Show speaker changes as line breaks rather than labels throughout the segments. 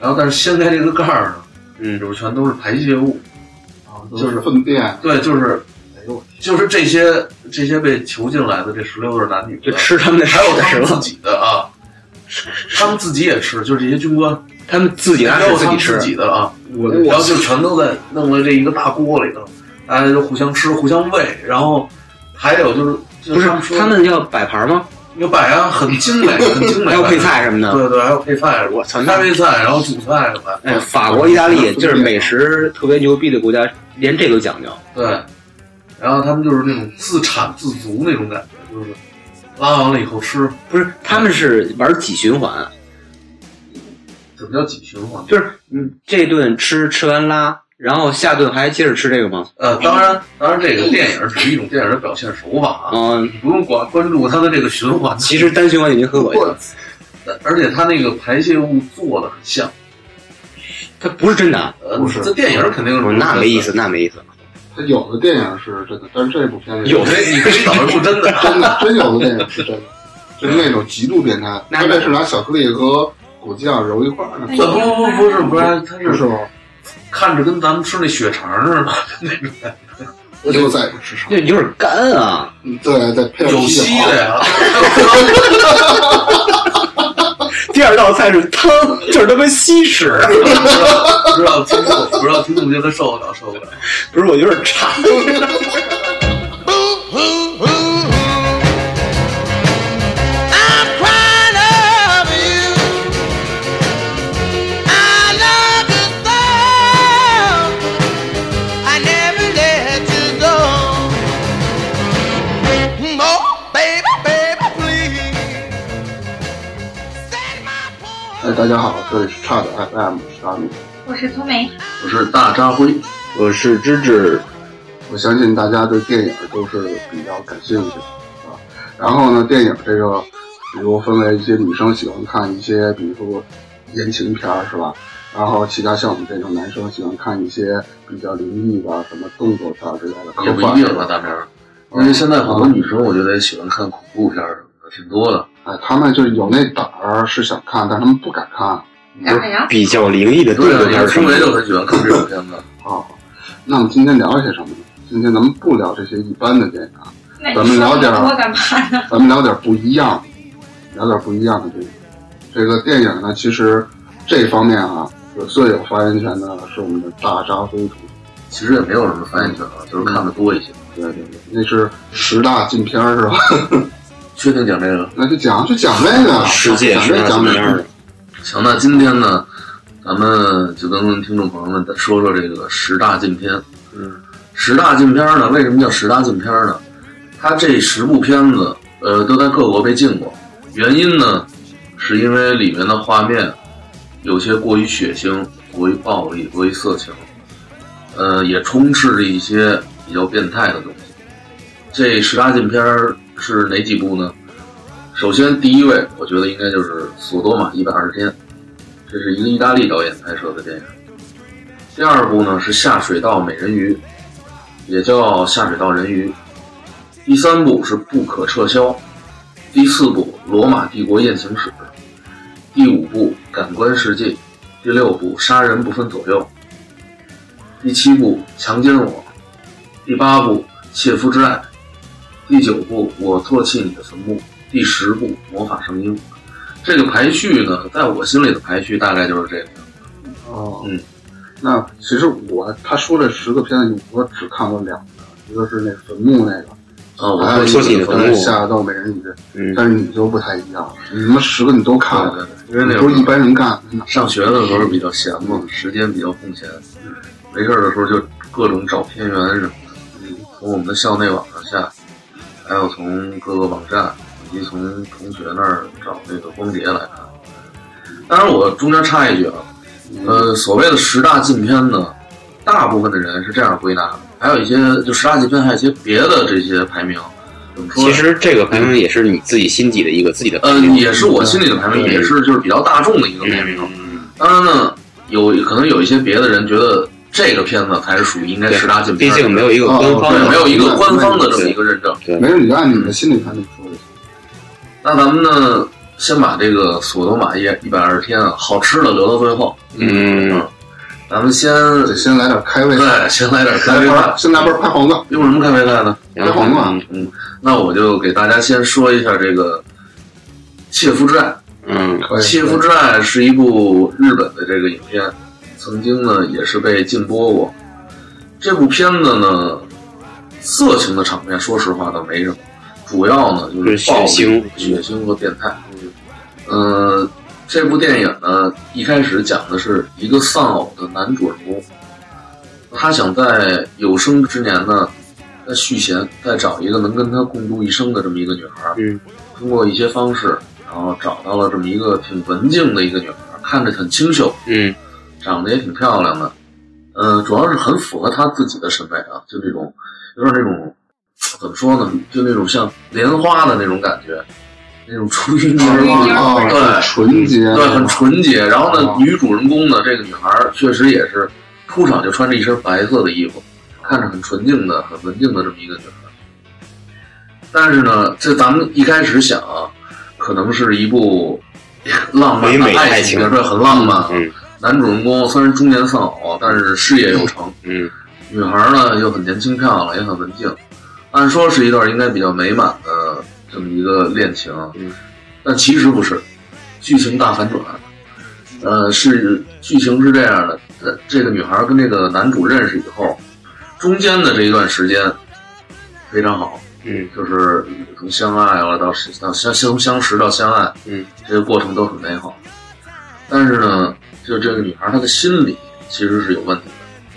然后但是掀开这个盖儿呢，里
嗯
边全都是排泄物，
啊，
就是
粪便，
对，就是
哎呦我天，
就是这些这些被囚进来的这十六对男女
就
的，
吃他们的
还有他
屎
们
了，
自己的啊，他们自己也吃，就是这些军官
他们自己拿
还
屎
有
自
他
己
们自
吃，
己的啊，
我
然后就全都在弄了这一个大锅里头，大家就互相吃、互相喂，然后还有就是就
不是
们说
他们要摆盘吗？
有摆啊，很精美，很精美，
还要配，菜什么的。
对对，还有配菜，
我操，
开
那
胃菜，然后主菜什么的，
哎，法国、意大利就是美食特别牛逼的国家，连这都讲究。
对，然后他们就是那种自产自足那种感觉，就是拉完了以后吃，
不是，他们是玩几循环，
怎么叫几循环？
就是嗯，这顿吃吃完拉，然后下顿还接着吃这个吗？
呃，当然，当然，这个电影只是一种电影的表现手法啊，
嗯，
你不用管关注它的这个循环，
其实单循环已经很恶心了，
而且它那个排泄物做的很像，
它不是真的，
呃，
不是
这电影肯定
不
是
是那没意思，那没意思。
它有的电影是真的，但是这部片子，
有
的，你可以找是不真的啊
真的真有的电影是真的，就是那种极度变态，
那
它这是拿巧克力和果酱揉一块儿
哎
的，
不不不是不是，它
是
是
是吗？
看着跟咱们吃那血肠似的，
又在不吃
那有点干啊，
对，再配上
有
啤
吸
酒
的， 呀，
第二道菜是汤，就是他妈稀屎。
不知道听众不知道听众觉得受不了受不了。
不是，我有点 馋。
Boo hoo hoo hoo. I'm crying over you. I love you so. I never let you go. Oh, baby, baby, please. Set my poor
哎，大家好，这里是差点 FM 沙米，
我是聪梅，
我是大扎辉，
我是芝芝，
我相信大家对电影都是比较感兴趣的啊。然后呢，电影这个，比如分为一些女生喜欢看一些，比如说言情片儿是吧？然后其他像我们这种男生喜欢看一些比较灵异的、什么动作片儿之类的，
也
科
不
幻
一定吧，大明儿，因为现在很多女生我觉得也喜欢看恐怖片儿什么的，挺多的。
哎，他们就有那胆儿是想看，但他们不敢看啊。
干啥？
比较灵异的动
对
作
啊，
片
有
是
春
吗
梅？就很喜欢看这种片子。
啊那么今天聊一些什么呢？今天咱们不聊这些一般的电影啊，
那
咱们
你说
聊点
那么
儿
多干嘛呢？
咱们聊点不一样，聊点不一样的电影。这个电影呢，其实这方面啊，有最有发言权的是我们的大扎辉同学。
其实也没有什么发言权啊，就是看的多一些。
对对对，那是十大禁片儿是吧？
确定讲这个？
那就讲就讲这个，
啊世界
讲
是
这
什
讲
么
那
样的
个。？
行，那今天呢，咱们就跟听众朋友们再说说这个十大禁片。
嗯，
十大禁片呢，为什么叫十大禁片呢？它这十部片子，呃，都在各国被禁过。原因呢，是因为里面的画面有些过于血腥、过于暴力、过于色情，呃，也充斥着一些比较变态的东西。这十大禁片儿是哪几部呢？首先，第一位，我觉得应该就是《索多玛一百二十天》，这是一个意大利导演拍摄的电影。第二部呢是《下水道美人鱼》，也叫《下水道人鱼》。第三部是《不可撤销》，第四部《罗马帝国艳行史》，第五部《感官世界》，第六部《杀人不分左右》，第七部《强奸我》，第八部《切肤之爱》，第九部《我唾弃你的坟墓》，第十部《魔法圣婴》。这个排序呢，在我心里的排序大概就是这个。
哦，
嗯。
那其实我他说这十个片子，我只看过两个，一个是那坟墓那个，
啊，我
还有
会
哦
一
说
个
起你的
是
坟墓
下到美人鱼。
嗯，
但是你就不太一样，你他妈十个你都看了，
对对对，因为那
你
会
都
儿
一般人干，真的
上学的时候比较闲嘛，时间比较空闲，没事儿的时候就各种找片源什么的，嗯从我们的校内网上下，还有从各个网站以及从同学那儿找那个光碟来看。当然，我中间插一句啊，
嗯
呃，所谓的十大禁片呢，大部分的人是这样归纳的，还有一些就十大禁片，还有一些别的这些排名，怎么说呢？
其实嗯这个排名也是你自己心底的一个自己的嗯排
呃，
名。
也是我心里的排名，
嗯
也是就是比较大众的一个排名。当然呢，有可能有一些别的人觉得这个片子才是属于应该
对
十大禁
毕
片，
竟没有一个官方
对
的
嗯哦没有一个官方的
对
这么一个认证。
对
没事，你就按你的心理判定说就行。
那咱们呢，先把这个索多玛一一百二十天啊，好吃的留到最后。
嗯，
咱们先
得先来点开胃菜，
对，先来点开
来
胃
盘
菜
儿，。先来盘儿拍黄瓜，
用什么开胃菜呢？嗯
开黄瓜。
那我就给大家先说一下这个《切肤之爱》。
嗯
可以。
《切肤之爱》是一部日本的这个影片，曾经呢也是被禁播过。这部片子呢，色情的场面说实话倒没什么，主要呢就是
是
暴力
血腥嗯
血腥和变态。嗯、呃，这部电影呢一开始讲的是一个丧偶的男主人公，他想在有生之年呢，再续弦，再找一个能跟他共度一生的这么一个女孩儿。
嗯
通过一些方式，然后找到了这么一个挺文静的一个女孩，看着很清秀，
嗯
长得也挺漂亮的，呃，主要是很符合她自己的审美啊，就那种有点那种怎么说呢，就那种像莲花的那种感觉，那种出淤泥而不染，
啊，
对
纯洁，
对，很纯洁。然后呢
哦，
女主人公呢，这个女孩确实也是出场就穿着一身白色的衣服，看着很纯净的、很文静的这么一个女孩。但是呢，这咱们一开始想啊，可能是一部 浪漫的
唯美爱
爱
情
片，对，很浪漫。啊
嗯
男主人公虽然中年丧偶，但是事业有成。
嗯
女孩呢又很年轻漂亮，也很文静，按说是一段应该比较美满的这么一个恋情，啊
嗯
但其实不是，剧情大反转，呃，是剧情是这样的，呃这个女孩跟这个男主认识以后，中间的这一段时间非常好，
嗯
就是从相爱了到是到相相相识到相爱，
嗯，
这个过程都很美好，但是呢，就这个女孩她的心理其实是有问题的。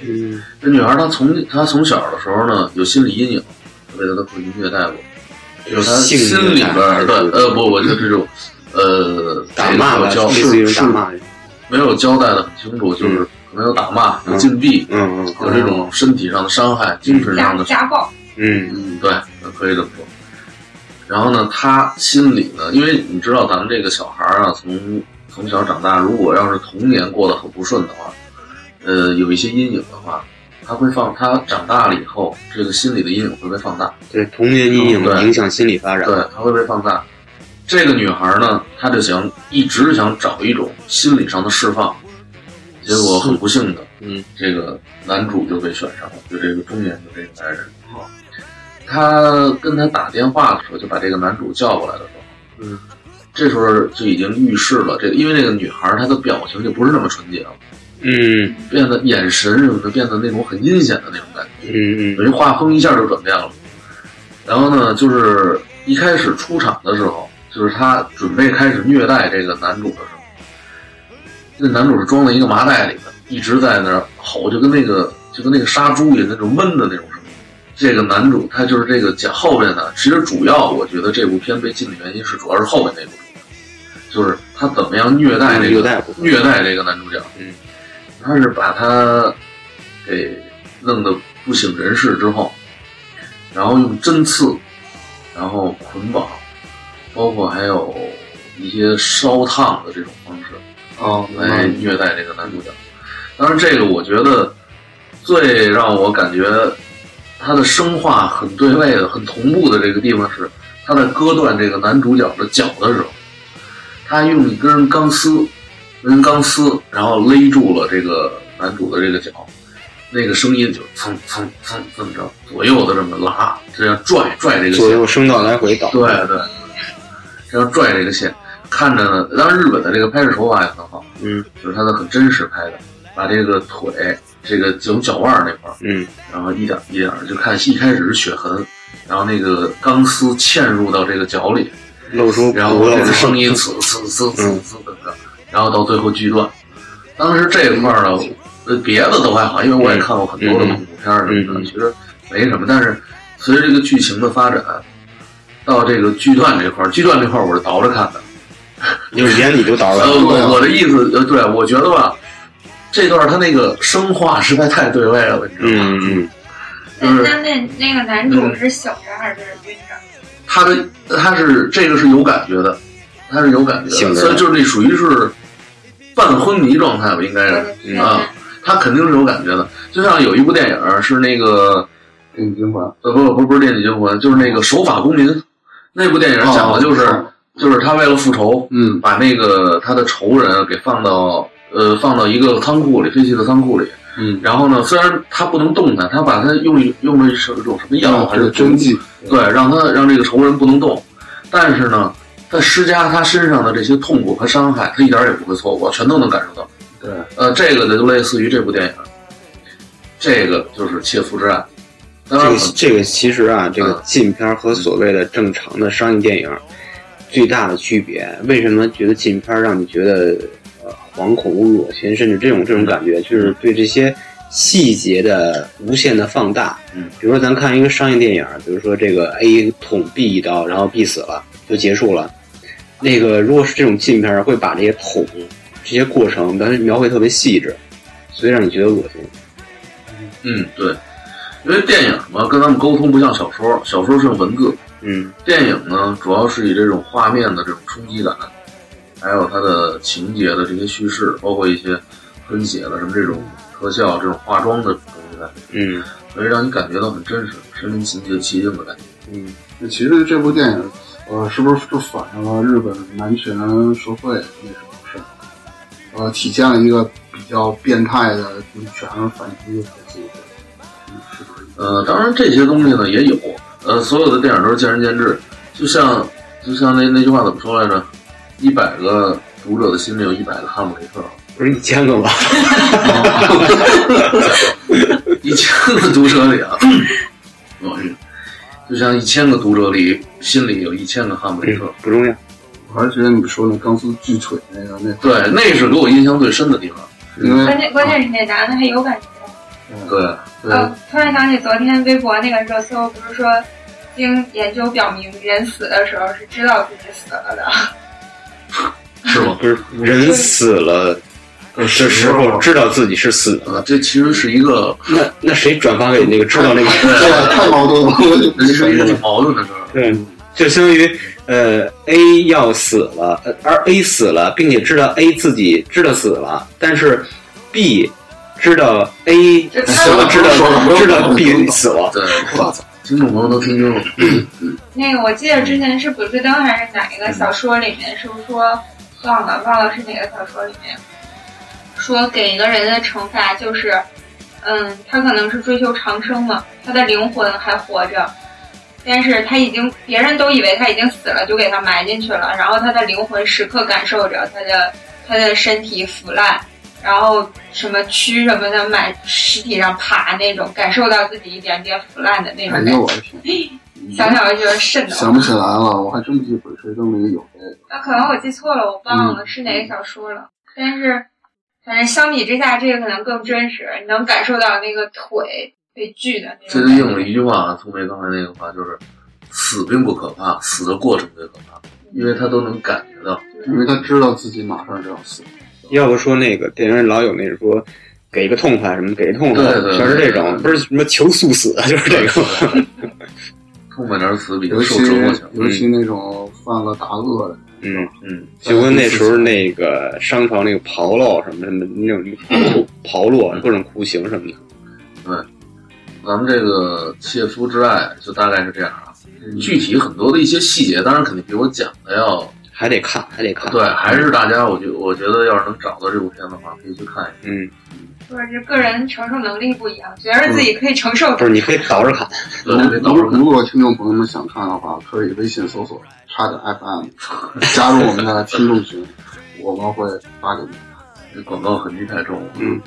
嗯
这女孩她从她从小的时候呢有心理阴影，被她的父亲虐待过，就是她
性
心里边儿
虐待
对呃不我就这种呃
打骂吧
没有，交
类似于打骂。
没有交代的很清楚，就是可能有打骂，有
嗯
禁闭，
嗯嗯
有这种身体上的伤害，精神上
家
的
家暴，
嗯
嗯，对，可以这么说。然后呢，他心里呢，因为你知道咱们这个小孩儿啊，从从小长大，如果要是童年过得很不顺的话，呃，有一些阴影的话，他会放，他长大了以后，这个心理的阴影会被放大，
对童年阴影
哦对
影响心理发展。
对，他会被放大。这个女孩儿呢，她就想一直想找一种心理上的释放，结果很不幸的，
嗯
这个男主就被选上了，就这个中年的这个男人。
哦
他跟他打电话的时候，就把这个男主叫过来的时候，
嗯，
这时候就已经预示了这个，因为那个女孩她的表情就不是那么纯洁了，
嗯
变得眼神什么的变得那种很阴险的那种感觉，
嗯
等于画风一下就转变了。然后呢，就是一开始出场的时候，就是他准备开始虐待这个男主的时候，那男主是装在一个麻袋里的，一直在那儿吼，就跟那个就跟那个杀猪一样那种闷的那种声音。这个男主他就是这个讲后边呢，其实主要我觉得这部片被禁的原因是主要是后边那部分，就是他怎么样虐待这个
嗯虐待部分
虐待这个男主角，
嗯，
他是把他给弄得不省人事之后，然后用针刺，然后捆绑，包括还有一些烧烫的这种方式。
啊，
来
嗯
虐待这个男主角。当然，这个我觉得最让我感觉他的生化很对位的、很同步的这个地方是，他在割断这个男主角的脚的时候，他用一根钢丝，根钢丝，然后勒住了这个男主的这个脚，那个声音就蹭蹭蹭这么着左右的这么拉，这样拽拽这个
嗯，
线
左右声道来回倒。
对对，这样拽这个线，看着呢，当然日本的这个拍摄手法也很好，
嗯
就是它的很真实拍的，把这个腿这个从脚腕儿那块儿，
嗯
然后一点一点儿就看一开始是血痕，然后那个钢丝嵌入到这个脚里，
露出骨
然后
头
这
了
个声音呲呲呲呲
嗯
呲的，然后到最后锯断。当时这一块儿呢，呃，别的都还好，因为我也看过很多的恐怖片儿什么
嗯嗯嗯
的，其实没什么。但是随着这个剧情的发展，到这个锯断这块儿，锯断这块儿我是倒着看的。
就是眼里就倒
呃，
了。
我我的意思，呃，对我觉得吧，这段他那个生化实在太对位了，你知道吗？
嗯嗯
那
就是
那那那个男主是醒着还是晕着？
他的他是这个是有感觉的，他是有感觉
醒
的，
着
所以就是那属于是半昏迷状态吧，应该
我
是
的天
啊
呐，
他肯定是有感觉的。就像有一部电影是那个
电影金环，
呃不不不是《电锯惊魂》，就是那个《守法公民》，那部电影讲的就是
哦
就是他为了复仇，
嗯
把那个他的仇人啊给放到呃放到一个仓库里，废弃的仓库里。
嗯，
然后呢，虽然他不能动弹，他把他用一用了一种什么药还
这
是
哦是真
毒
迹，
对，让他让这个仇人不能动，但是呢，他施加他身上的这些痛苦和伤害，他一点儿也不会错过，全都能感受到。
对，
呃，这个呢就类似于这部电影，这个就是《切肤之爱》。当
这
然
个
了，
这个其实啊，这个
嗯
禁片儿和所谓的正常的商业电影儿最大的区别，为什么觉得禁片儿让你觉得呃惶恐、恶心，甚至这种这种感觉，
嗯
就是对这些细节的无限的放大。
嗯，
比如说咱看一个商业电影儿，比如说这个 A 捅 B 一刀，然后 B 死了就结束了。那个如果是这种禁片儿，会把这些捅这些过程，但是描绘特别细致，所以让你觉得恶心。
嗯，对，因为电影嘛，跟咱们沟通不像小说，小说是用文字，
嗯，
电影呢主要是以这种画面的这种冲击感，还有它的情节的这些叙事，包括一些喷血的什么这种特效、这种化妆的东西在里面，
嗯
所以让你感觉到很真实，身临其境、其境的感觉。
嗯。
其实这部电影，呃，是不是就反映了日本男权社会那时候是，呃，体现了一个比较变态的女权反击的特性，嗯是不是？
呃，当然这些东西呢也有，呃，所有的电影都是见仁见智，就像就像那那句话怎么说来着？一百个读者的心里有一百个哈姆雷特。
不是一千个吧？
一千个读者里啊， 我日，就像一千个读者里心里有一千个哈姆雷特。
不重要。
我还觉得你说那钢丝巨腿那个那
对，那是给我印象最深的地方。
因为
嗯关键关键是那男的还有感觉。
对，
对
呃，突然想起昨天微博那个热搜，不是说经研究表明，人死的时候是知道自己死了的。
是吗？
不是人死了的时候知道自己是死了，
呃，这其实是一个，
那那谁转发给那个知道那个？
对
对，
呀，太矛盾了，我就
这是一个挺矛盾的事儿。
对，就相当于呃 A 要死了，呃而 A 死了，并且知道 A 自己知道死了，但是 B 知道 A 死了，知道知道 B 死了。
对，
我操，
听众朋友都听清楚。
那个我记得之前是《鬼吹灯》还是哪一个小说里面，是不是说忘了忘了是哪个小说里面说给一个人的惩罚就是，嗯，他可能是追求长生嘛，他的灵魂还活着，但是他已经别人都以为他已经死了，就给他埋进去了，然后他的灵魂时刻感受着他的他的身体腐烂。然后什么蛆什么的，满尸体上爬那种，感受到自己一点点腐烂的那种
哎呦
感觉。
我的天，
想想我就觉得瘆得慌
想不起来了，我还真不记得《鬼吹灯》里有这个。
那可能我记错了，我忘
嗯
了是哪个小说了。但是，反正相比之下，这个可能更真实，你能感受到那个腿被锯的那
这
种
就
感
应
觉。
了一句话啊，苏梅刚才那个话，就是死并不可怕，死的过程最可怕，因为他都能感觉 到。
因为他知道自己马上就要死，
要不说那个电影里老有那种说给一个痛快什么，给一痛快
对对，对
全是这种，不是什么求速死，啊就是这个。
痛快点儿死比
尤
受
其
折磨强。
尤其那种犯了大恶的，
嗯。
嗯，
就跟那时候那个商朝那个炮烙什么什么那
嗯
种炮烙啊各种酷刑什么的，
咱们这个切肤之爱就大概是这样啊。
嗯
具体很多的一些细节，当然肯定比我讲的要
还得看，还 得看。
对，还是大家，我觉我觉得要是能找到这部片的话，可以去看一下。
嗯，
或者是个人承受能力不一样，觉得自己可以承受
嗯
不。是你可以倒着看，
对，这
如
到
如
时候可能
如果听众朋友们想看的话，可以微信搜索“差点 FM”，加入我们的听众群，我们会发给你，
这广告痕迹太重了。
嗯，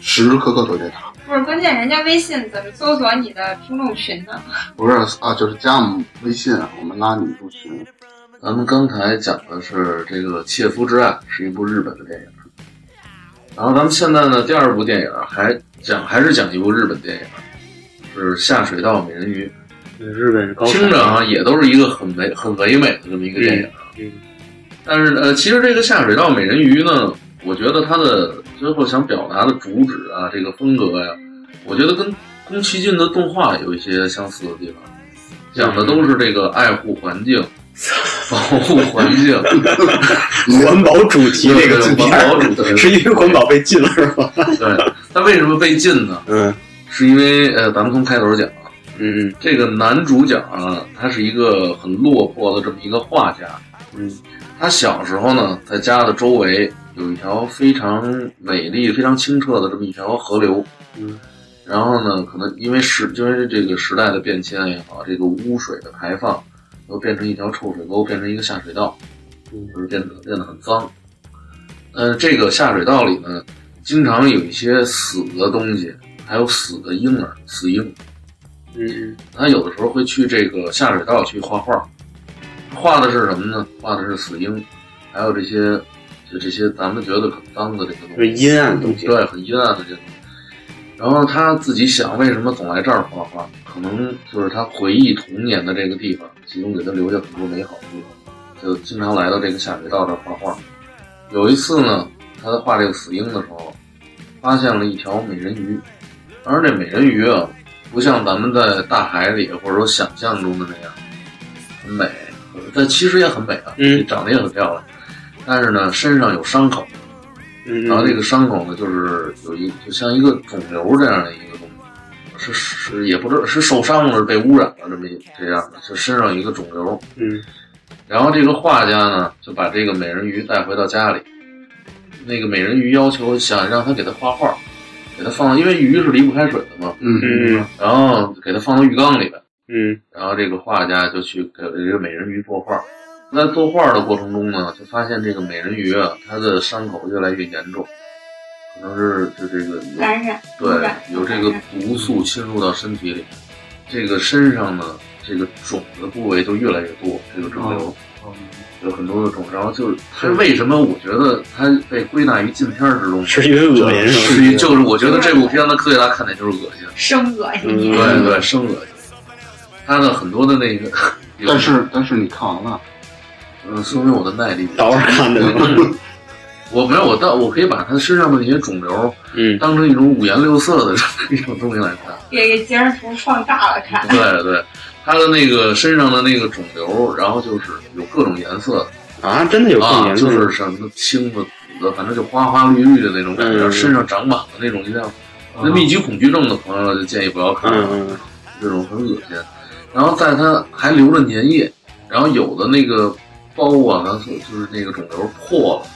时时刻刻都得打。
不是关键，人家微信怎么搜索你的听众群呢？
不是啊，就是加我们微信，啊我们拉你入群。
咱们刚才讲的是这个《切肤之爱》，是一部日本的电影。然后咱们现在呢，第二部电影啊还讲还是讲一部日本电影，啊是《下水道美人鱼
日本高》，
听着啊，也都是一个很唯很唯美的这么一个电影。啊
嗯嗯
但是呃，其实这个《下水道美人鱼》呢，我觉得它的最后想表达的主旨啊，这个风格呀、我觉得跟宫崎骏的动画有一些相似的地方，讲的都是这个爱护环 境、保护环境。
环保 主题那个
对对
纪念
环保主题
是因为环保被禁了是吧？
对，它为什么被禁呢？
嗯
是因为呃，咱们从开头讲啊，
嗯
这个男主角啊，他是一个很落魄的这么一个画家，
嗯
他小时候呢，在家的周围有一条非常美丽、非常清澈的这么一条河流。
嗯
然后呢，可能因为时因为这个时代的变迁也好，这个污水的排放，又变成一条臭水沟，变成一个下水道，
嗯
就是变得变得很脏。呃，这个下水道里呢，经常有一些死的东西，还有死的婴儿、死婴。
嗯
他有的时候会去这个下水道去画画，画的是什么呢？画的是死婴，还有这些就这些咱们觉得很脏的这个
嗯，
东
就
西
是。阴暗的东西。
对，很阴暗的这种。然后他自己想，为什么总来这儿画画？可能就是他回忆童年的这个地方，其中给他留下很多美好的地方，就经常来到这个下水道这儿画画。有一次呢，他在画这个死婴的时候，发现了一条美人鱼。当然，这美人鱼啊，不像咱们在大海里或者说想象中的那样很美，但其实也很美啊，
嗯
长得也很漂亮。但是呢，身上有伤口，
嗯，
然后这个伤口呢，就是有一就像一个肿瘤这样的一个东西，是是也不知道是受伤了，是被污染了这么一这样的，就身上有一个肿瘤。
嗯
然后这个画家呢，就把这个美人鱼带回到家里，那个美人鱼要求想让他给他画画，给他放，因为鱼是离不开水的嘛，
嗯
嗯
然后给他放到浴缸里边。
嗯
然后这个画家就去给这个美人鱼作画。在作画的过程中呢，就发现这个美人鱼啊，它的伤口越来越严重，可能是就这个有
感染，污染
对有这个
感染
毒素侵入到身体里，这个身上呢，这个肿的部位就越来越多，这个肿瘤
哦
有很多的肿，然后就是它为什么我觉得它被归纳于禁片儿之中，
是因为恶心是吧？
是一就是我觉得这部片子最大看点就是恶心，
生恶心
嗯
你。
对对，生恶心，它的很多的那个，有
但是但是你看完了，
嗯，说明我的耐力比较
嗯倒着看的那种。
我没有，我到我可以把他身上的那些肿瘤
嗯
当成一种五颜六色的 一种东西来看。
给给截图放大了 看，
对对，他的那个身上的那个肿瘤，然后就是有各种颜色
啊，真的有
的
更
啊，
严
就
重
是
的。
什么青的、紫的，反正就花花绿绿的那种感觉，
嗯
身上长满了那种就像那密集恐惧症的朋友就建议不要看。
嗯嗯
这种很恶心。然后在它还留着粘液，然后有的那个包啊，它是就是那个肿瘤破了，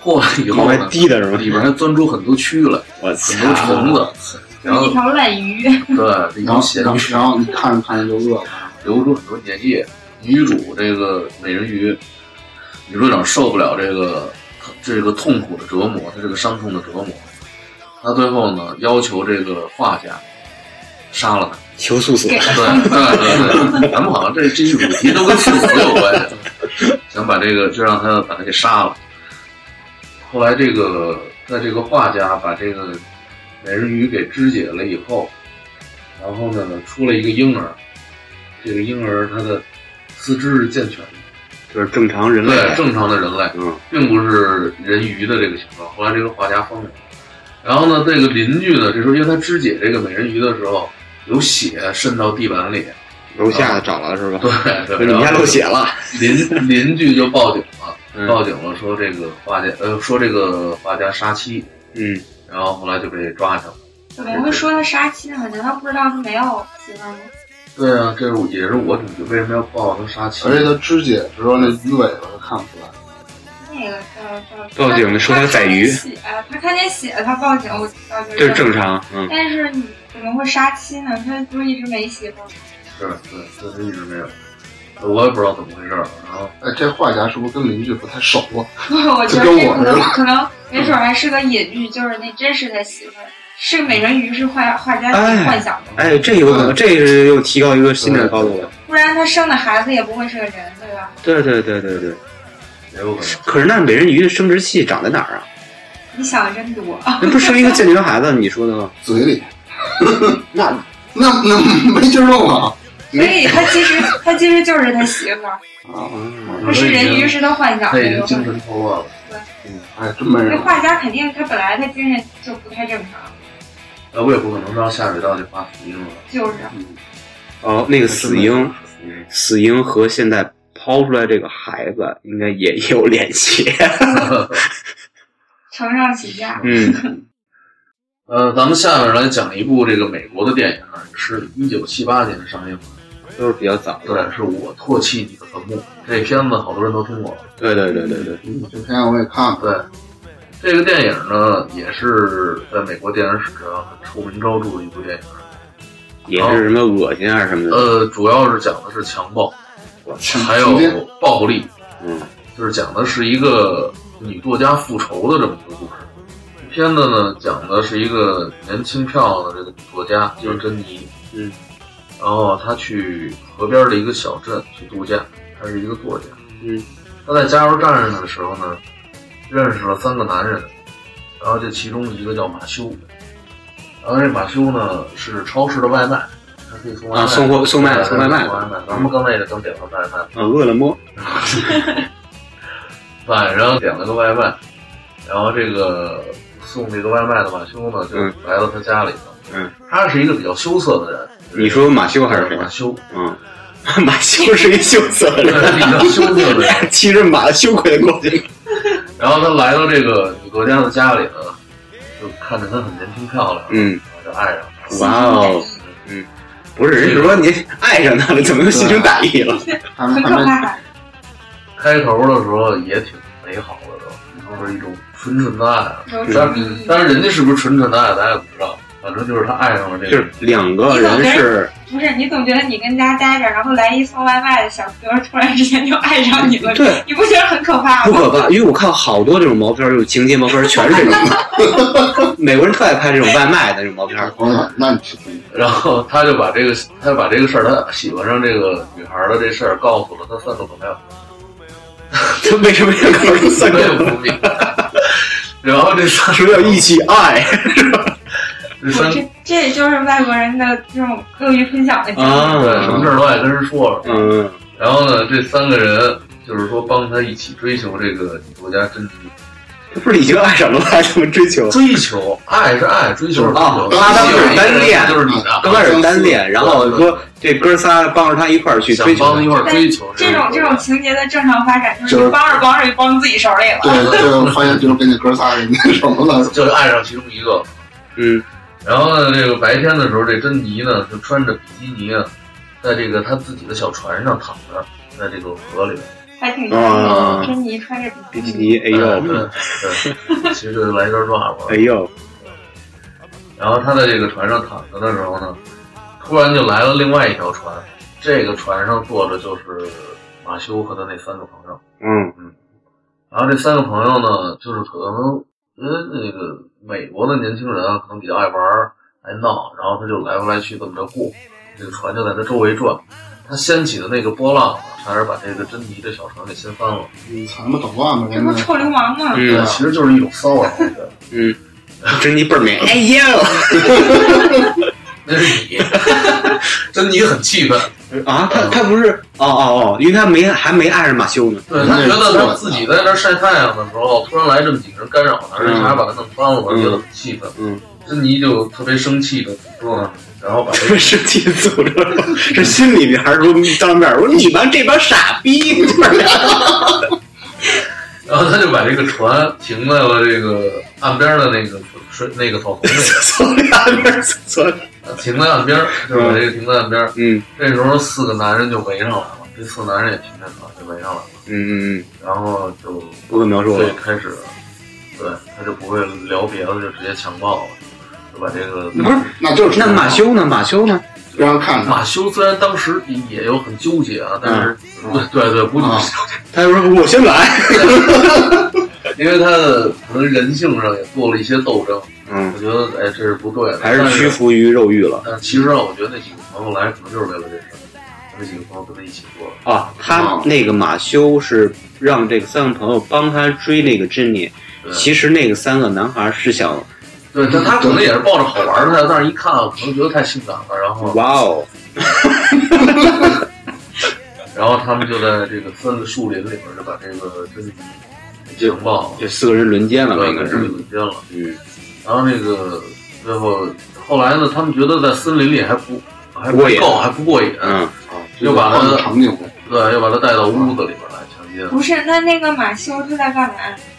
破了以
往
后
外
呢，
滴的是
里边
吗？
还钻出很多蛆来，
我
很多虫
操！
子，
就
然
是
后
一条烂鱼，
对，这
呃然
条
后
咸
然后
鱼
然后你看着看着就饿了，
流出很多粘液。女主这个美人鱼，女主长受不了这个这个痛苦的折磨，她这个伤痛的折磨，她最后呢要求这个画家杀了她。
求速死
给！
对对对对，咱们好像这这一主题都跟复仇有关系，想把这个就让他把他给杀了。后来这个在这个画家把这个美人鱼给肢解了以后，然后呢出了一个婴儿，这个婴儿他的四肢是健全的，
就是正常人类。
对正常的人啊类，
嗯
并不是人鱼的这个形状。后来这个画家疯了，然后呢，这个邻居呢，这时候因为他肢解这个美人鱼的时候有血渗到地板里。
楼下找了是吧？
对 对，
你们家
然后
漏血了。
邻邻居就报警了，
嗯
报警了，说这个画家呃，说这个画家杀妻，
嗯，
然后后来就被抓起来了。
怎么会说他杀妻呢？难道不知道他没有妻吗？
对啊，这是也是我主角为什么要报他杀妻
而且它肢解的时候那鱼尾巴都看不出来。
那个叫叫
报警的说他宰鱼
血，呃他看见血，他报警，我知道
这
就是
正。常。嗯
但是你怎么会杀妻呢？他不是一直没媳妇吗？
是对，这是一直没有，我也不知道怎么回事儿。然后
哎，这画家是不是跟邻居不太熟啊？
我觉得
就跟
这
我
可
似
能
的
可能没准还是个隐喻，就是那真实的媳妇儿是美人鱼，是画画家自己
哎
幻想的，
哎，这有可能，这是又提高一个新的高度了。
不然他生的孩子也不会是个人，对吧？
对对对对对。
也有可能，
可是那美人鱼的生殖器长在哪儿啊？
你想的真多，
那不是生一个健全孩子？你说的吗？
嘴里，
那
那那没劲儿弄啊！
所以他其实他其实就是他媳妇儿，
啊，
啊
不是人鱼，是他幻想
他
的
已
一
经精
个幻想。
神错乱了。
哎，真没
那
人。
画家肯定他本来他精神就不太正常，
呃，我也不可能让下水道去画死婴了。
就是
哦，那个死婴，
死婴
死婴和现在抛出来这个孩子应该也有联系。
承上启下。
嗯
啊呃，咱们下面来讲一部这个美国的电影，是一九七八年上映的，
都是比较早的。
对，是我唾弃你的坟墓。这片子好多人都听过了。
对对对对对，
嗯，这片我也看过，
对，这个电影呢，也是在美国电影史上很出名昭著的一部电影。
也是什么恶心啊什么的。
呃，主要是讲的是强暴，
强
还
强
有
奸
暴力，
嗯，
就是讲的是一个女作家复仇的这么一个故事。片子呢，讲的是一个年轻漂亮的这个女作家，叫珍妮。
嗯，
然后她去河边的一个小镇去度假，她是一个作家。
嗯，
她在加油站上的时候呢，认识了三个男人，然后这其中一个叫马修，然后这马修呢是超市的外卖，他可以送外卖
啊送货送外卖
送
送外卖嗯
外卖。咱们刚才也刚点了外卖，
啊，饿了么，
晚上点了个外卖，然后这个送这个外卖的马修呢，就
嗯
来到他家里头。
嗯，
他是一个比较羞涩的人。
你说马修还是谁
马？修？
嗯， 马修是一羞涩的
对，是 比较
人，
羞涩的人。
骑着马羞愧的过去。
然后他来到这个女作家的家里呢，就看着她很年轻漂亮，
嗯，
然后就爱上她了。
哇哦，嗯，不是，人是说你爱上他了，怎么能心生歹意 了？
他们
很
他
可
们
怕。
开头的时候也挺美好的，都都是一种纯纯的爱。
有
但
种
嗯
是但是人家是不是纯纯的爱，咱也不知道。反正就是他爱上了这
就
个
是两个人是
不是你总觉得你跟家待着，然后来一送外卖的小哥突然之间就爱上你了，
对
你不觉得很可怕
啊不
吗？
可怕，因为我看好多这种毛片儿，有情节毛片儿，全是这种 的。美国人特爱拍这种外卖的这种毛片儿。
我有点烂情，
然后他就把这个，他把这个事儿，他喜欢上这个女孩的这事儿，告诉了他三个朋友，
他为什么要搞出
三
三
个
个？
不明白。 然后这三
什么叫一起爱
这
我
三
这这也就是外国人的这种乐于分享的精神。
啊？
对什么事儿都爱跟人说说。
嗯
然后呢，这三个人就是说帮他一起追求这个女作家珍妮，
这不是已经爱上了吗？还这么追求？
追求爱是爱，追求是追
哦
求。
拉
当
有一
是
个
单
人
恋
就是你的，
刚开始单恋，然后说这哥仨帮着他一块儿去
想
追求
帮一块儿
但
追求
这种这种情节的正常发展，就
就是是
你帮着帮着就帮自己手里了。
对，最后发现就是跟那哥仨人那什么了，
就爱上其中一个。
嗯
然后呢，这个白天的时候，这珍妮呢就穿着比基尼啊，在这个她自己的小船上躺着，在这个河里面。
还挺
啊
珍妮穿着
比基尼，哎呦
对对，呃其实就是来一段 rap
哎。呦，
然后她在这个船上躺着的时候呢，突然就来了另外一条船，这个船上坐着就是马修和他那三个朋友。
嗯
然后这三个朋友呢，就是可能因为那个美国的年轻人啊，可能比较爱玩儿爱闹，然后他就来回来去这么着过，这个船就在他周围转，他掀起的那个波浪啊，差点把这个珍妮这小船给掀翻了。
你藏么捣乱吧，
这
人
不
家
是臭流氓吗？
嗯
其实就是一啊种骚扰，我觉得
嗯，珍妮倍儿美，哎呦，
那是 你，珍妮很气愤，
啊，他他不是哦哦哦，因为他没还没爱上马修呢，
对他觉得他自己在那儿晒太阳的时候，突然来这么几个人干扰他，人家把他弄翻了，我觉得很气愤。
嗯，
珍妮就特别生气的堵住了，然后把这
这是体诅咒，是心里边儿说当面儿我说你们这帮傻逼，
然后他就把这个船停在了这个岸边的那个水那个草丛里，
从两边从
停在岸边，就是把这个停在岸边。
嗯
这时候四个男人就围上来了，这四个男人也听见了，就围上来了，
嗯嗯嗯，
然后就
不可描述
对
了，
开始，对他就不会聊别的，就直接强暴了，就把这个
不是，
那就是
那马修呢？马修呢？
让人看看，
马修虽然当时也有很纠结啊，但是、
嗯
对对，估计、
啊
他就说我先来，
因为他的可能人性上也做了一些斗争，
嗯
我，觉得哎这是不对的，
还
但
是屈服于肉欲了
但其实啊，我觉得那几个朋友来可能就是为了这事儿，那几个朋友跟他一起做的。
啊。他那个马修是让这个三个朋友帮他追那个珍妮，
对
其实那个三个男孩是想，
对，但他可能也是抱着好玩儿的，但是一看啊可能觉得太性感了，然后
哇哦，
然后他们就在这个森树林里边就把这个珍妮强暴了，
这四个人轮奸了吧？
对，
应该
给
是
这，个轮奸了。
嗯，
然后那个最后后来呢，他们觉得在森林里还不还不
过瘾
够，还不过瘾，
嗯，
啊，
又把他
这个场景
对，又把他带到屋子里边来强奸。
不是，那那个马修他在干嘛？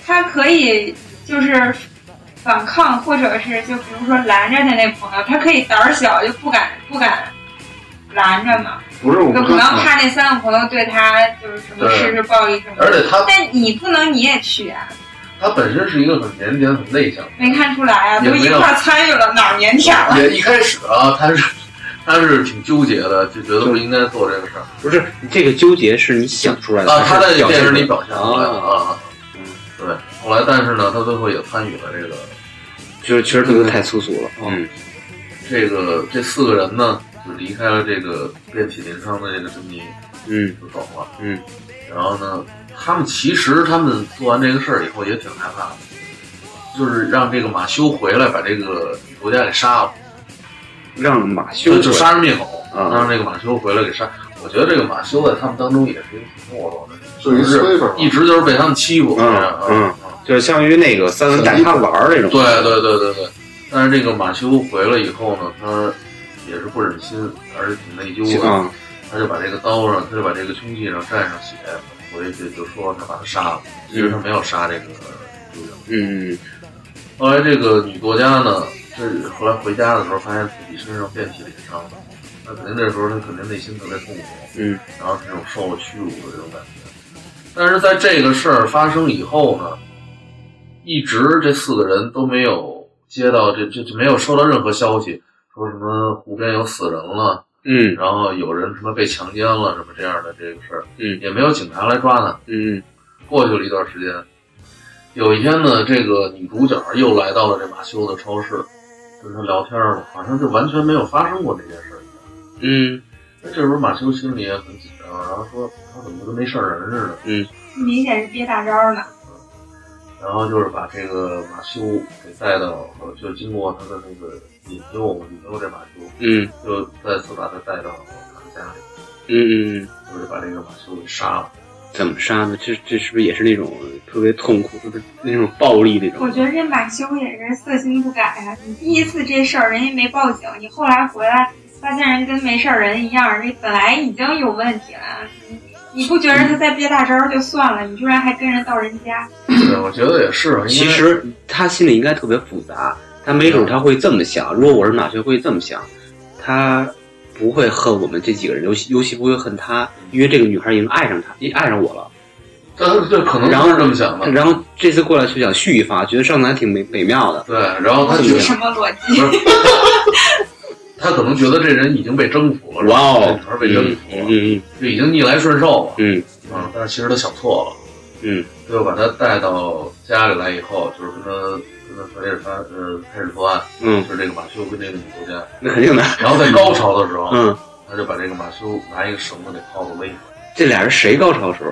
他可以就是反抗，或者是就比如说拦着他那朋友，他可以胆儿小就不敢不敢拦着嘛。
不是我
更
们
不
刚
要怕那三个朋友对他就是什么
对
实施暴力什么
而
的。
且他
但你不能你也去啊，
他本身是一个很腼腆、很内向的人，
没看出来啊，
也
都
没有
一块儿参与了，哪儿腼腆了？
也一开始啊，他是他是挺纠结的，就觉得不应该做这个事儿
不是你这个纠结是你想出来的
啊。他在
表
电
现
视里
出来
表现出来的啊，对。后来，但是呢，他最后也参与了这个
的就是确实他们太粗俗了。嗯，
这个这四个人呢，就离开了这个遍体鳞伤的这个珍妮，
嗯
就走了。
嗯，
然后呢，他们其实他们做完这个事儿以后也挺害怕的，就是让这个马修回来把这个国家给杀了，
让马修
就就杀人灭口，
啊
让这个马修回来给杀。我觉得这个马修在他们当中也是一个挺懦弱的人，
是一
就是
崔吧，
一直就是被他们欺负。
嗯
啊
嗯就是相当于那个三文带他玩儿那种。
对对对对对。但是这个马修回来以后呢，他也是不忍心，而且挺内疚的。
啊，
他就把这个刀上，他就把这个凶器上蘸上血，回去就说他把他杀了，其实他没有杀这个主人。
嗯，
后来这个女作家呢，这后来回家的时候发现自己身上遍体鳞伤了，那肯定这时候她肯定内心特别痛苦，
嗯，
然后是这种受了屈辱的这种感觉。但是在这个事儿发生以后呢，一直这四个人都没有接到这这这没有收到任何消息，说什么湖边有死人了。
嗯
然后有人什么被强奸了什么这样的这个事儿，
嗯
也没有警察来抓他。
嗯
过去了一段时间，有一天呢，这个女主角又来到了这马修的超市，跟他聊天了，好像就完全没有发生过这件事儿一样。
嗯
那这时候马修心里也很紧张，然后说他怎么跟没事儿人似的，
明显是憋大招呢。
然后就是把这个马修给带到，就经过他的那个引诱，引诱这马修，
嗯
就再次把他带到他家里，
嗯嗯，
就是把这个马修给杀了。
怎么杀呢？这这是不是也是那种特别痛苦，是不是那种暴力那种？
我觉得这马修也是色心不改啊！你第一次这事儿人家没报警，你后来回来发现人跟没事儿人一样，人家本来已经有问题了，你你不觉得他在憋大招儿就算了，你居然还跟人到人家？
对，我觉得也是，因为
其实他心里应该特别复杂，他没准他会这么想。如果我是马学会这么想，他不会恨我们这几个人，尤其尤其不会恨他，因为这个女孩已经爱上他，已经爱上我了。
但这可能
然后
是这么想的，
然后这次过来就想续一发，觉得上次还挺美美妙的。
对，然后他
这
觉
么
得
想
什么逻辑？
他可能觉得这人已经被征服了，
哇哦
这女孩被征
嗯
服了，
嗯
就已经逆来顺受了，
嗯
啊，但是其实他想错了，
嗯
他就把他带到家里来以后，就是跟他跟他开始发呃开始作案，
嗯，
就是这个马修跟这个女作家，
那肯定的。
然后在高潮的时候，
嗯，
他就把这个马修拿一个绳子给套到勒住，
这俩人谁高潮的时候？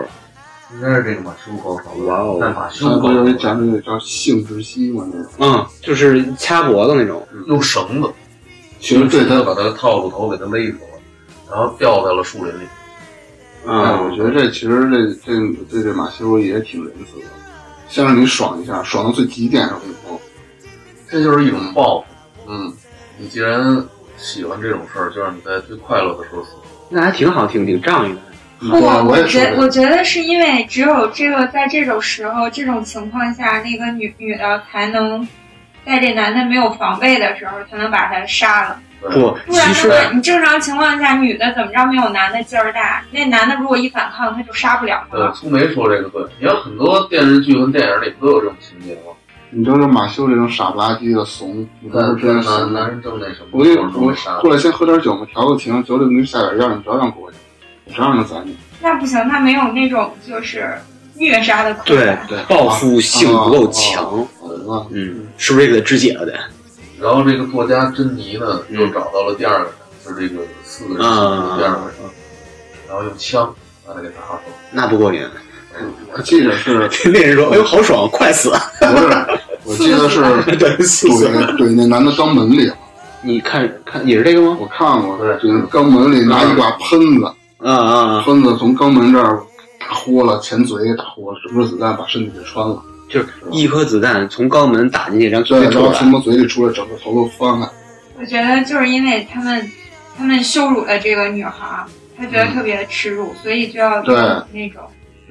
应该是这个马修高潮了，
哇哦
但马修
他
高
啊不是有一
潮
咱们那叫性窒息嘛？那个
嗯，就是掐脖子那种。
用绳子，
其实对
他
他
把他套路头给他勒住了，然后掉在了树林里。
哎，
啊
我觉得这其实这这对这马修也挺仁慈的，先让你爽一下，爽到最极点上以后，
这就是一种报复。
嗯，
你既然喜欢这种事儿，就让你在最快乐的时候死。
那还挺好，挺挺仗义的。
嗯
不，
对啊我
我
也
觉
是，
我觉得是因为只有这个在这种时候、这种情况下，那个女女的才能在这男的没有防备的时候，才能把他杀了。
对
不，
不
其
然的
实
话，你正常情况下，女的怎么着没有男的劲儿大？那男的如果一反抗，他就杀不了他
呃，
了。
苏梅说这个对，你看很多电视剧和电影里都有这种情节嘛。
你知道这马修这种傻不拉几的怂，我当时真
男
是怂
男
了。
人正那什么，
我给你，
就是容
我
易杀
过来先喝点酒嘛，调个情，酒里给你下点药，你不要让过去，我照样能宰你。
那不行，他没有那种就是虐杀的口
对
感。
对
报复性不够强。
啊好了，
嗯，是不是也给他肢解了得？
然后这个作家珍妮呢，
嗯
又找到了第二个人，就是这个四个人其中的第二个人，然后用枪把他给打死了。
那不过瘾。
我记得是，
那人说：“哎呦，好爽，快死啊
不是，我记得是！”
对，死死。
怼怼那男的肛门里，
你看看也是这个吗？
我看过，
对
怼那肛门里拿一把喷子，
啊啊，啊！
喷子从肛门这儿打豁了，前嘴打豁了，整个子弹把身体给穿了，
就是一颗子弹从肛门打进去，然后
对，
最
然
出
后从
来。
他嘴里出来，整个头都翻开。
我觉得就是因为他们，他们羞辱了这个女孩儿，他觉得
嗯
特别耻辱，所以就要
对
用那种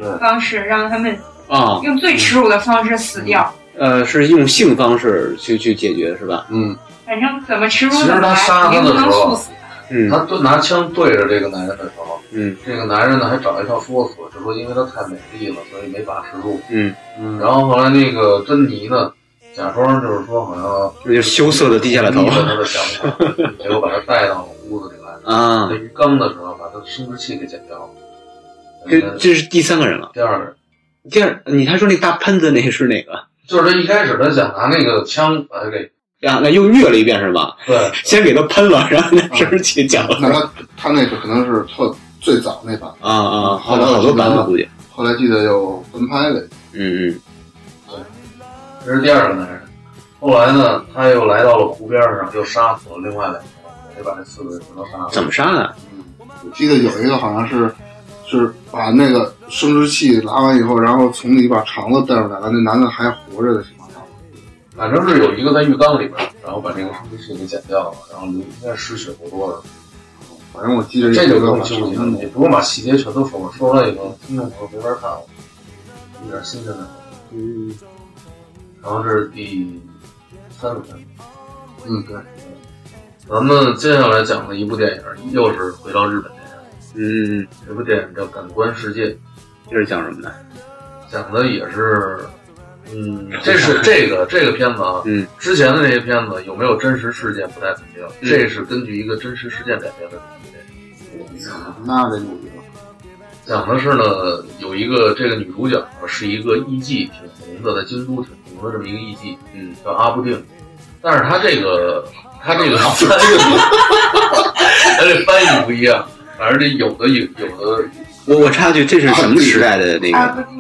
对
方式让他们
啊，
用最耻辱的方式死掉。
嗯
呃，是用性方式去去解决是吧？
嗯，
反正怎么耻辱
其实
怎么
他
来，
杀他
肯定
的
不
时
能
候
猝
啊
死。
嗯
他对拿枪对着这个男人的时候，
嗯
这个男人呢还找一套说辞，就说因为他太美丽了，所以没把持住。
嗯，
嗯，
然后后来那个珍妮呢，假装就是说好像
那就羞涩的低下了头
同意他的想法，结果把他带到了屋子里来。
啊
在，鱼缸的时候，把他的生殖器给剪掉了。
这
嗯
这是第三个人了。
第二个人，
第二，你还说那大喷子那个是哪个？
就是他一开始他想拿那个枪把他给
啊，那又虐了一遍是吧？
对
先给他喷了， 然后那声儿起讲了。
那他他那个可能是错最早那版，
啊啊，好多好多版本估计。
后来记得又翻拍了。
嗯嗯
这是第二个男人。后来呢，他又来到了湖边上，又杀死了另外两个人，也把这四个人全都杀了。
怎么杀的？
我记得有一个好像是是把那个生殖器拉完以后，然后从里把肠子带出来了，那男的还活着的情况下，
反正是有一个在浴缸里边，然后把这个生殖器给剪掉了，然后流应该失血不多的。
反正我记得有
这
一
就不
个
用
把
纠
肠
结了，
子
你不用把细节全都说了，说了以后听众朋友没法看了，有点新鲜的。
嗯，
然后这是第三个片子。
嗯对，
咱们接下来讲的一部电影，又是回到日本电影。
嗯，嗯
这部电影叫《感官世界》，
这是讲什么的？
讲的也是，嗯，这是这个这个片子啊，
嗯，
之前的那些片子有没有真实事件不太肯定，
嗯
这是根据一个真实事件改编的。
那得牛逼了。
讲的是呢，有一个这个女主角啊是一个艺妓，挺红的，在京都挺红的这么一个艺妓，
嗯，
叫阿部定。但是她这个她这个翻译，她这翻译不一样，反正这有的有有 的
我我插一句，这是什么时代的那
啊
个？
不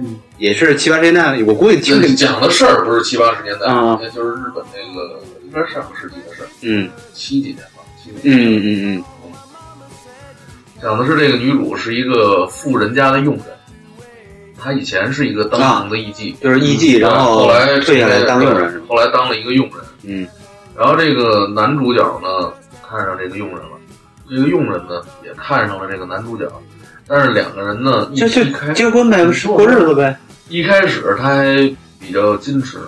听，
也是七八十年代，我估计听
就是
着，
讲的事儿不是七八十年代，
啊
那就是日本那个应该是上个世纪的事儿，
嗯
七几年吧，七几年。
嗯嗯嗯
讲的是这个女主是一个富人家的佣人，她以前是一个当红的艺妓，
啊就是艺妓，
对
然
后来
退下来当佣人是吗？
后来当了一个佣人。
嗯
然后这个男主角呢，看上这个佣人了，这个佣人呢也看上了这个男主角，但是两个人呢，一
就就
一嗯开
结婚呗，过日子呗。
一开始他还比较矜持，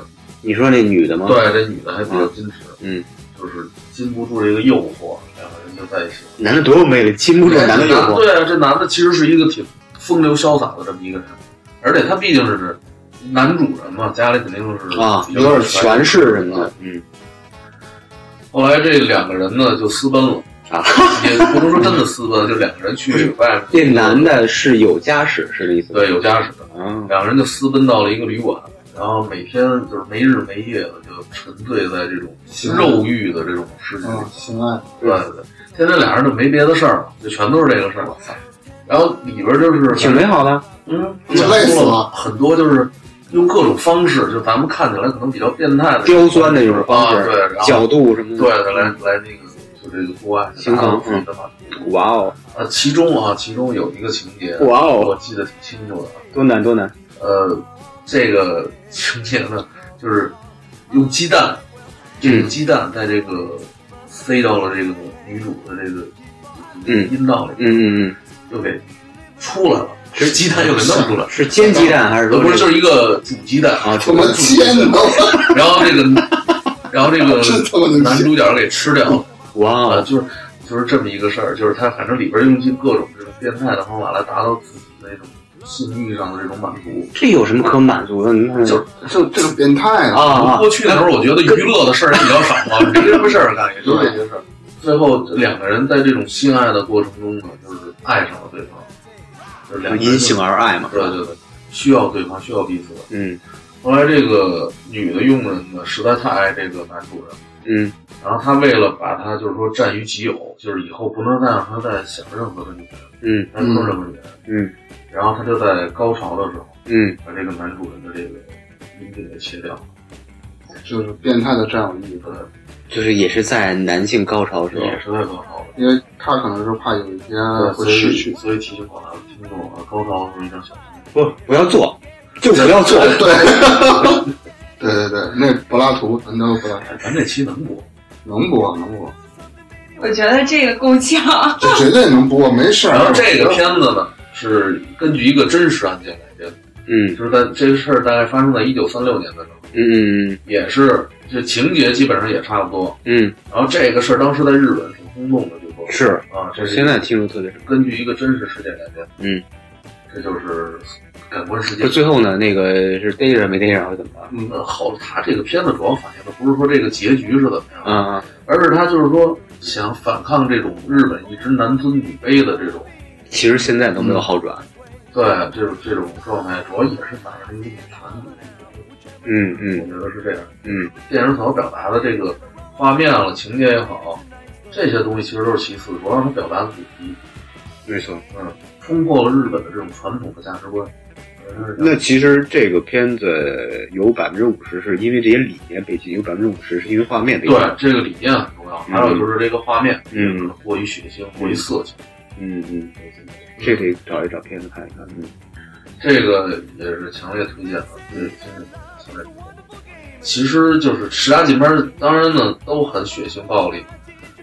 你说那女的吗？
对，这女的还比较矜持，
嗯，
就是禁不住这个诱惑，两个人就在一起。
男的多有魅力，禁不住男的诱惑。
对啊，这男的其实是一个挺风流潇洒的这么一个人，而且他毕竟是男主人嘛，家里肯定是
啊，
有
有点权势什么的。，嗯，
后来这两个人呢就私奔了
啊，
也不能说真的私奔，就两个人去外面。
这男的是有家室，是这意思吗？
对有家室，
啊，
两个人就私奔到了一个旅馆，然后每天就是没日没夜的就沉醉在这种肉欲的这种世界里。
啊，性爱，
对对，天天俩人就没别的事儿了，就全都是这个事儿。然后里边就是
挺美好的。
嗯，
累死了
很多就是用各种方式，就咱们看起来可能比较变态的
刁钻那种方式
啊，对，然后
角度什么的。
对的，来来那个就这个户外
行
达到
行
自己的满足。
哇哦，
啊，其中啊，其中有一个情节，
哇
我
哦，
记得挺清楚的。
多难多难。
呃，这个情节呢，就是用鸡蛋，这个
嗯
鸡蛋在这个塞到了这个女主的这个
嗯
阴道里，
嗯嗯嗯，
又给出来了，这鸡蛋又给弄出来了。
是煎鸡蛋还是
呃
说
不是，
这
就
个
是一个煮鸡蛋，
啊？
他妈 贱的，
然后这个，然后这个
真他妈能
男
贱！
主角给吃掉了，
哇
啊，
哦，
就是就是这么一个事儿，就是他反正里边用尽各种这种变态的方法来达到自己的那种性欲上的这种满足。
这有什么可满足的？你看
就
就这个变态
啊！嗯啊，
过去的时候，我觉得娱乐的事儿也比较少嘛，没什么事儿干，也就是这些事儿。最后两个人在这种性爱的过程中呢，就是爱上了对方，就是两个人
因性而爱嘛。
对对对，需要对方，需要彼此。
嗯
后来这个女的佣人呢，实在太爱这个男主人了。
嗯
然后他为了把他就是说占于己有，就是以后不能再让他再想任何的女人，
嗯
再碰任何女人。
嗯
然后他就在高潮的时候，
嗯，
把这个男主人的这个阴茎给切掉，
就是变态的占有欲，
对，
就是也是在男性高潮时候。
也是在高潮了。
因为他可能是怕有一天哦会
所以
失去。
所以提醒广大的听众啊，高潮的时候一定要小心。
不，不要做，就不要做。
对， 对对对，那柏拉图，咱都柏拉图，
咱这期能播？
能播能播，
我觉得这个够呛。
这绝对能播，没事儿。
然后这个片子呢，是根据一个真实案件改编的，
嗯
就是在这个事儿大概发生在一九三六年的时候，
嗯
也是这情节基本上也差不多。
嗯嗯
然后这个事儿当时在日本挺轰动的，就说错
是
啊，这是
现在听着特别什么。
根据一个真实事件改编，
嗯，
这就是感官世界
就。最后呢，那个是逮着没逮着怎么办？
嗯，好，他这个片子主要反映的不是说这个结局是怎么样，
啊、
而是他就是说想反抗这种日本一直男尊女卑的这种，
其实现在都没有好转。
对这种这种状态，主要也是反映一个女权，
嗯
我
嗯
觉得是这样。
嗯，
电影所表达的这个画面了、情节也好，这些东西其实都是其次，主要是它表达的主题，
没错。
冲破了日本的这种传统的价值观。
那其实这个片子有百分之五十是因为这些理念背景，有百分之五十是因为画面背景。
对这个理念很重要，还有就是这个画面，
嗯
就是过于血腥、过于色情。
嗯嗯，这得找一找片子看一看。嗯，
这个也是强烈推荐的，对，真是强烈推荐。其实就是十大禁片儿，当然呢都很血腥暴力，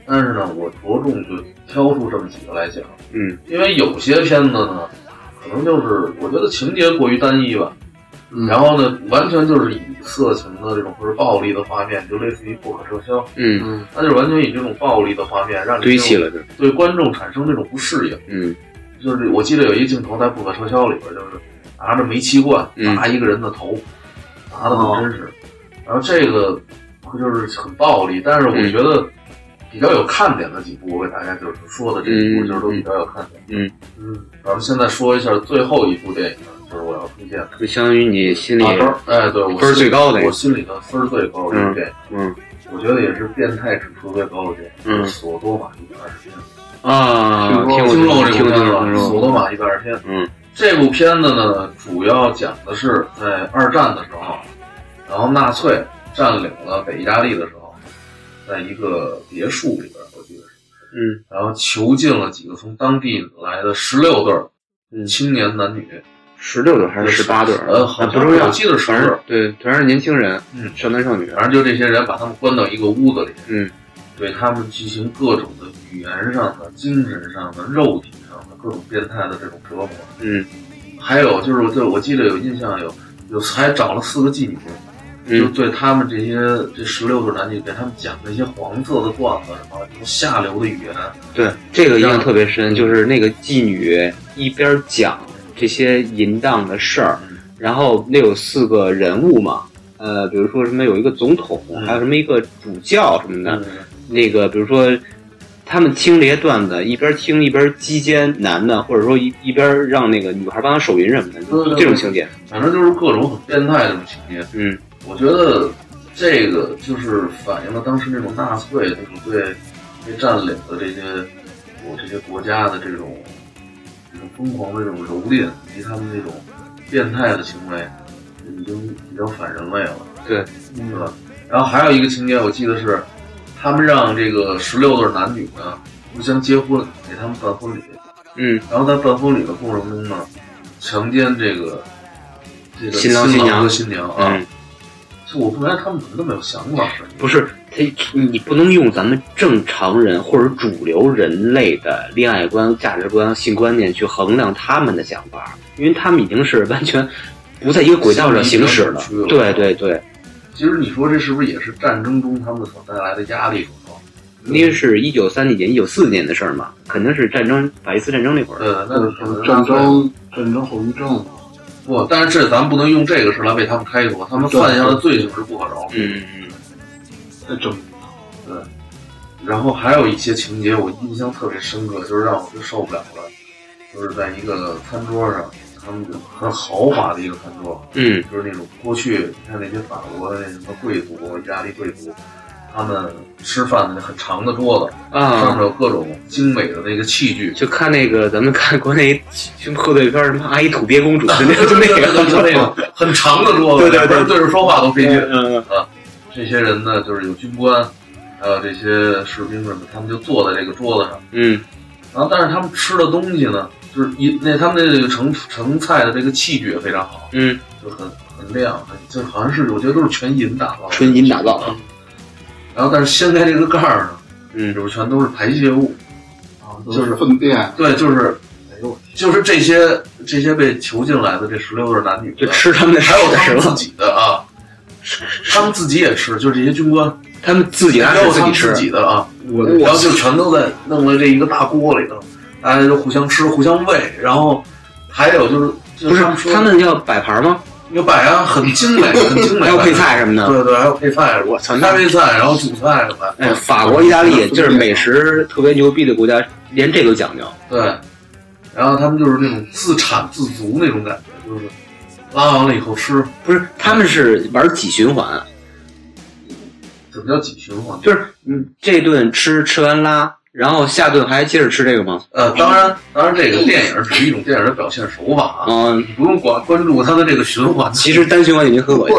但是呢，我着重就挑出这么几个来讲，
嗯，
因为有些片子呢，可能就是我觉得情节过于单一吧，
嗯
然后呢，完全就是以色情的这种或者暴力的画面，就类似于不可撤销，
嗯，
嗯
它就是完全以这种暴力的画面让你
堆砌
这种
了这。
对观众产生这种不适应。
嗯
就是我记得有一镜头在《不可撤销》里边，就是拿着煤气罐
嗯
砸一个人的头，砸的很真实。然后这个就是很暴力，但是我
嗯
觉得比较有看点的几部，我给大家就是说的这几部，
嗯
就是都比较有看点。
嗯，
嗯，
咱们现在说一下最后一部电影，就是我要推荐的。
就相当于你心里
打分儿，哎，对，我
分儿最高的
我心里的分儿最高的一部电影，
嗯
我觉得也是变态指数最高的电影，
嗯
就是《索多玛一百二十天》。
啊，
听
听
说
听说过
过
这
听
部
过
片子吧
听
《索多
说过，
玛一百二十天》。
嗯，
这部片子呢，主要讲的是在二战的时候，然后纳粹占领了北意大利的时候，在一个别墅里边，我记得是，
嗯
然后囚禁了几个从当地来的十六对儿
嗯，
青年男女，
十六对还是十八对？
呃，好
啊
像
不重
我
要，
记得是
反，正对，全是年轻人，
嗯
少男少女。啊
反正就这些人把他们关到一个屋子里，
嗯，
对他们进行各种的语言上的、精神上的、肉体上的各种变态的这种折磨。
嗯
还有就是，我对我记得有印象有有还找了四个妓女，就
嗯
对他们这些这十六对男女给他们讲这些黄色的段子什么什么下流的语言，
对，这个印象特别深，就是那个妓女一边讲这些淫荡的事儿，
嗯
然后那有四个人物嘛，呃，比如说什么有一个总统，
嗯
还有什么一个主教什么的，
嗯
那个比如说。他们听这些段子，一边听一边击奸男的，或者说一一边让那个女孩帮他手淫什么的，
对对
这种情节。
反正就是各种很变态的这种情节。
嗯
我觉得这个就是反映了当时那种纳粹那种对被占领的这些我这些国家的这种这种疯狂的这种蹂躏以及他们那种变态的行为，已经比较反人类了。
对，
是吧？然后还有一个情节，我记得是他们让这个十六对男女呢互相结婚，给他们办婚礼。
嗯，
然后在办婚礼的过程中呢，强奸这个这个
新郎新娘
和新娘啊。
嗯，
就我不明白他们怎么那么有想法似的。
不是，他你不能用咱们正常人或者主流人类的恋爱观、价值观、性观念去衡量他们的想法，因为他们已经是完全不在一个轨道上行驶了
心理。
对对对，
其实你说这是不是也是战争中他们所带来的压力所造成的？
因为是一九三几年、一九四年的事儿嘛，肯定是战争法西斯战争那会儿。
呃，那
就是
可能
战争战争后遗症嘛。
不，但是这咱不能用这个事来为他们开脱，他们犯下的罪行是不可饶。
嗯嗯
在整
然后还有一些情节我印象特别深刻，就是让我最受不了了，就是在一个餐桌上，他们就很豪华的一个餐桌，
嗯
就是那种过去你看那些法国的那什么贵族、意大利贵族，他们吃饭的那很长的桌子，
嗯
上面
啊。
有各种精美的那个器具，
就看那个，咱们看国内贺岁片儿，什么阿姨土鳖公主，就那个，就那个，
就那种很长的桌子，
对对对
两个人对着说话都费劲。
嗯嗯
这些人呢，就是有军官，还有这些士兵什么，他们就坐在这个桌子上。
嗯
然后，但是他们吃的东西呢，就是一那他们的这个盛盛菜的这个器具也非常好，
嗯，
就很很亮，很就好像是我觉得都是全银打造的，
纯银打造。
然后，但是掀开这个盖儿呢，里
嗯
边全都是排泄物。
啊，
就是
是粪便。
对，就是
哎呦我天，
就是这些这些被囚禁来的这十六对男女，
就吃他们的
还有他
屎
们
吧
自己的啊，他们自己也吃，就是这些军官，
他们自己拿
还
水
有他
己
们
吃
自，己的啊，
我
然后就全都在弄到这一个大锅里头，大家就互相吃、互相喂，然后还有就是，就
不是
他们说
他们要摆盘吗？
有摆啊，很精美，很精美，
还要配，菜什么的。
对对，还有配菜，
我操，
开
那
胃菜，然后主菜什么的，
哎，法国、意大利就是美食特别牛逼的国家，连这都讲究。
对，然后他们就是那种自产自足那种感觉，就是拉完了以后吃，
不是，他们是玩几循环，
怎么叫几循环？
就是嗯，这顿吃吃完拉，然后下顿还接着吃这个吗？
呃，当然，当然，这个电影只是一种电影的表现手法啊，
嗯，
你不用管关注它的这个循环。
其实单循环已经很恶心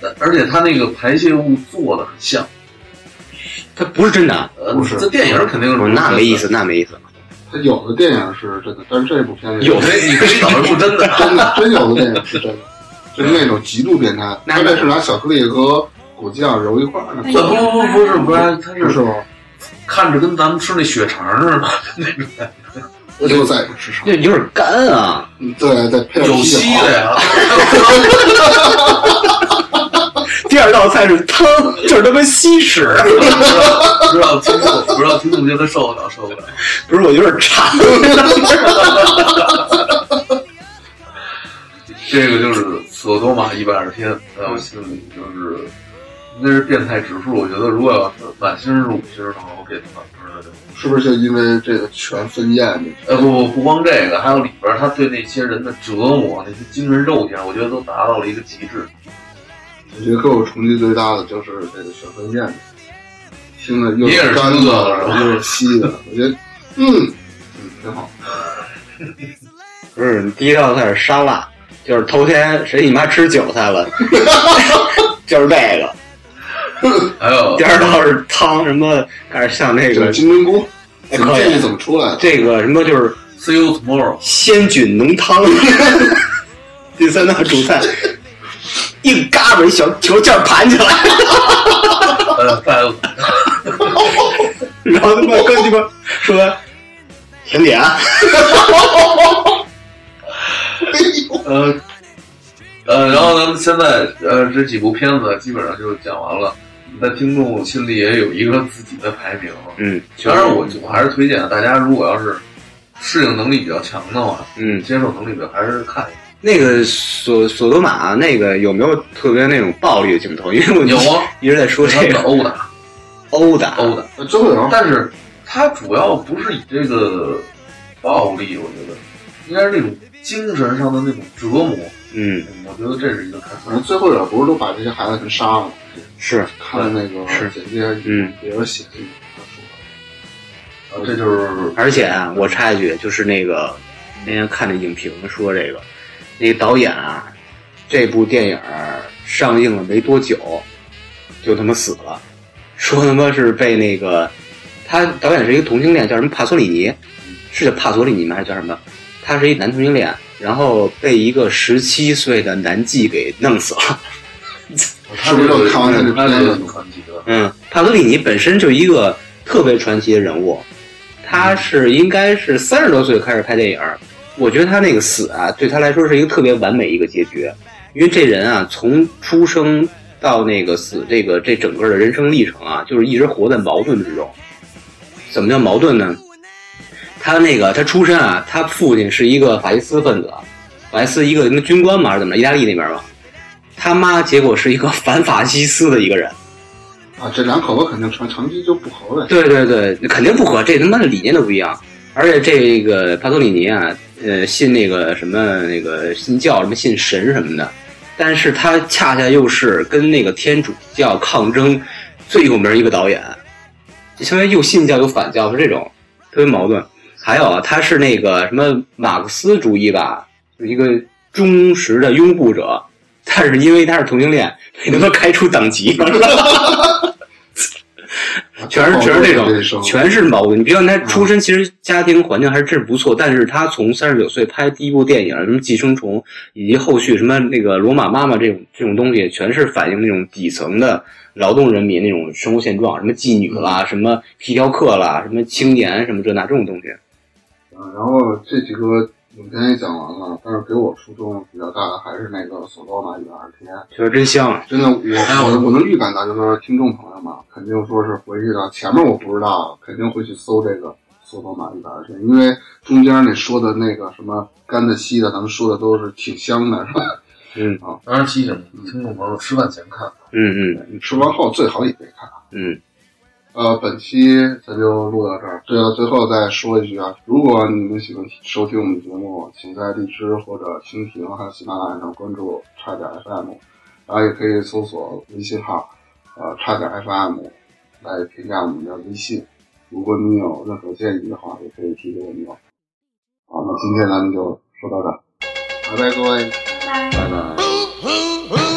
了，
而且它那个排泄物做的很像，
它不是真的啊。
呃
不，是
这电影肯定
我
是
说那没意思，那没意思。
它有的电影是真的，但是这部片子
有
有的你可以找人不真的，啊
真的真有的电影是真的，就是那种极度变态，
那
那是拿巧克力和果酱揉一块儿的，
不不不不是不是，它
不是
是
吗？
看着跟咱们吃那血肠似的，
我就再也不吃肠，
那有点干啊，
嗯对，再配
有
点啤酒
稀的呀，
第二道菜是汤，就是他妈稀屎。
不知道听众不知道听众觉得受不了受不了。
不是，我有点馋。
这个就是索多玛一百二十天，在我心里就是那是变态指数。我觉得如果要是满星是五星的话，我给他满分了。
是不是就因为这个全分宴的？
呃，不不不光这个，还有里边儿他对那些人的折磨，那些精神肉体上，我觉得都达到了一个极致。
我觉得给我冲击最大的就是这个全分宴的，听着又
你也是
干
吃的了是吧
的又是 稀的，我觉得嗯嗯挺好。
不是，第一道菜是沙拉，就是头天谁你妈吃韭菜了， 就是这个。
还有
第二道是汤，什么还是像那
这个
个
金针菇，
哎
怎么
可以
这是怎么出来的？
这个什么就是
See you tomorrow，
鲜菌浓汤。 第三道主菜，一嘎巴一小球劲儿盘起来，
呃，再有
然后他妈跟鸡巴说甜点啊，
呃呃，然后咱们现在呃这几部片子基本上就讲完了，在听众心里也有一个自己的排名。
嗯，
当然我，我还是推荐大家，如果要是适应能力比较强的话，
嗯。
接受能力比较还是看一下。
那个索索多玛那个有没有特别那种暴力的镜头？因为我
有啊，
一直在说
他
这
们
个
殴打
殴打，
殴打，
呃周游
但是它主要不是以这个暴力，我觉得应该是那种精神上的那种折磨。
嗯，
嗯我觉得这是一个看法
反正最后也不是都把这些孩子全杀了吗，
是，
看那个
是
简介，
嗯，
也有写的。
啊这就是
而且啊，我插一句，就是那个那天看的影评说这个，那个导演啊，这部电影儿上映了没多久，就他妈死了，说他妈是被那个他导演是一个同性恋，叫什么帕索里尼，是叫帕索里尼吗？还是叫什么？他是一男同性恋，然后被一个十七岁的男妓给弄死了。
他
是不是
这个
看完这个
他
片
这
子
个挺传奇的。
嗯，帕格里尼本身就是一个特别传奇的人物，他是应该是三十多岁开始拍电影儿，我觉得他那个死啊，对他来说是一个特别完美一个结局，因为这人啊，从出生到那个死，这个这整个的人生历程啊，就是一直活在矛盾之中。怎么叫矛盾呢？他那个他出身啊，他父亲是一个法西斯分子，法西斯一个什么军官嘛，还是怎么着？意大利那边嘛。他妈结果是一个反法西斯的一个人。
啊，这两口子肯定长长期就不合了。
对对对，肯定不合，这他妈的理念都不一样。而且这个帕托里尼啊，呃，信那个什么那个信教什么信神什么的，但是他恰恰又是跟那个天主教抗争最有名儿一个导演，就相当于又信教又反教，是这种特别矛盾。还有啊，他是那个什么马克思主义吧，就是一个忠实的拥护者，但是因为他是同性恋，被他妈开除党籍了。全是全是哦
啊
这种，嗯全是矛盾。你别看他出身，其实家庭环境还是真是不错，但是他从三十九岁拍第一部电影，什么《寄生虫》，以及后续什么那个《罗马妈妈》这种这种东西，全是反映那种底层的劳动人民那种生活现状，什么妓女啦，什么皮条客啦，什么青年什么这那这种东西。
啊，然后这几个影片也讲完了，但是给我触动比较大的还是那个《索多玛与阿尔提亚》。
确实真香啊！
真的，我我我能预感到，就是说听众朋友们肯定说是回去的，前面我不知道，肯定会去搜这个《索多玛与阿尔提亚》，因为中间那说的那个什么干的稀的，咱们说的都是挺香的，是吧？
嗯
当然提醒听众朋友，吃饭前看。
嗯嗯
你吃完后最好也别看。
嗯，
呃，本期咱就录到这儿。对了，最后再说一句啊，如果你们喜欢收听我们节目，请在荔枝或者蜻蜓还有喜马拉雅上关注差点 FM，然后也可以搜索微信号呃差点 FM 来添加我们的微信。如果你有任何建议的话，也可以提给我们哦。好，那今天咱们就说到这儿，拜拜各位。
拜拜。
拜拜。
Ooh, ooh, ooh.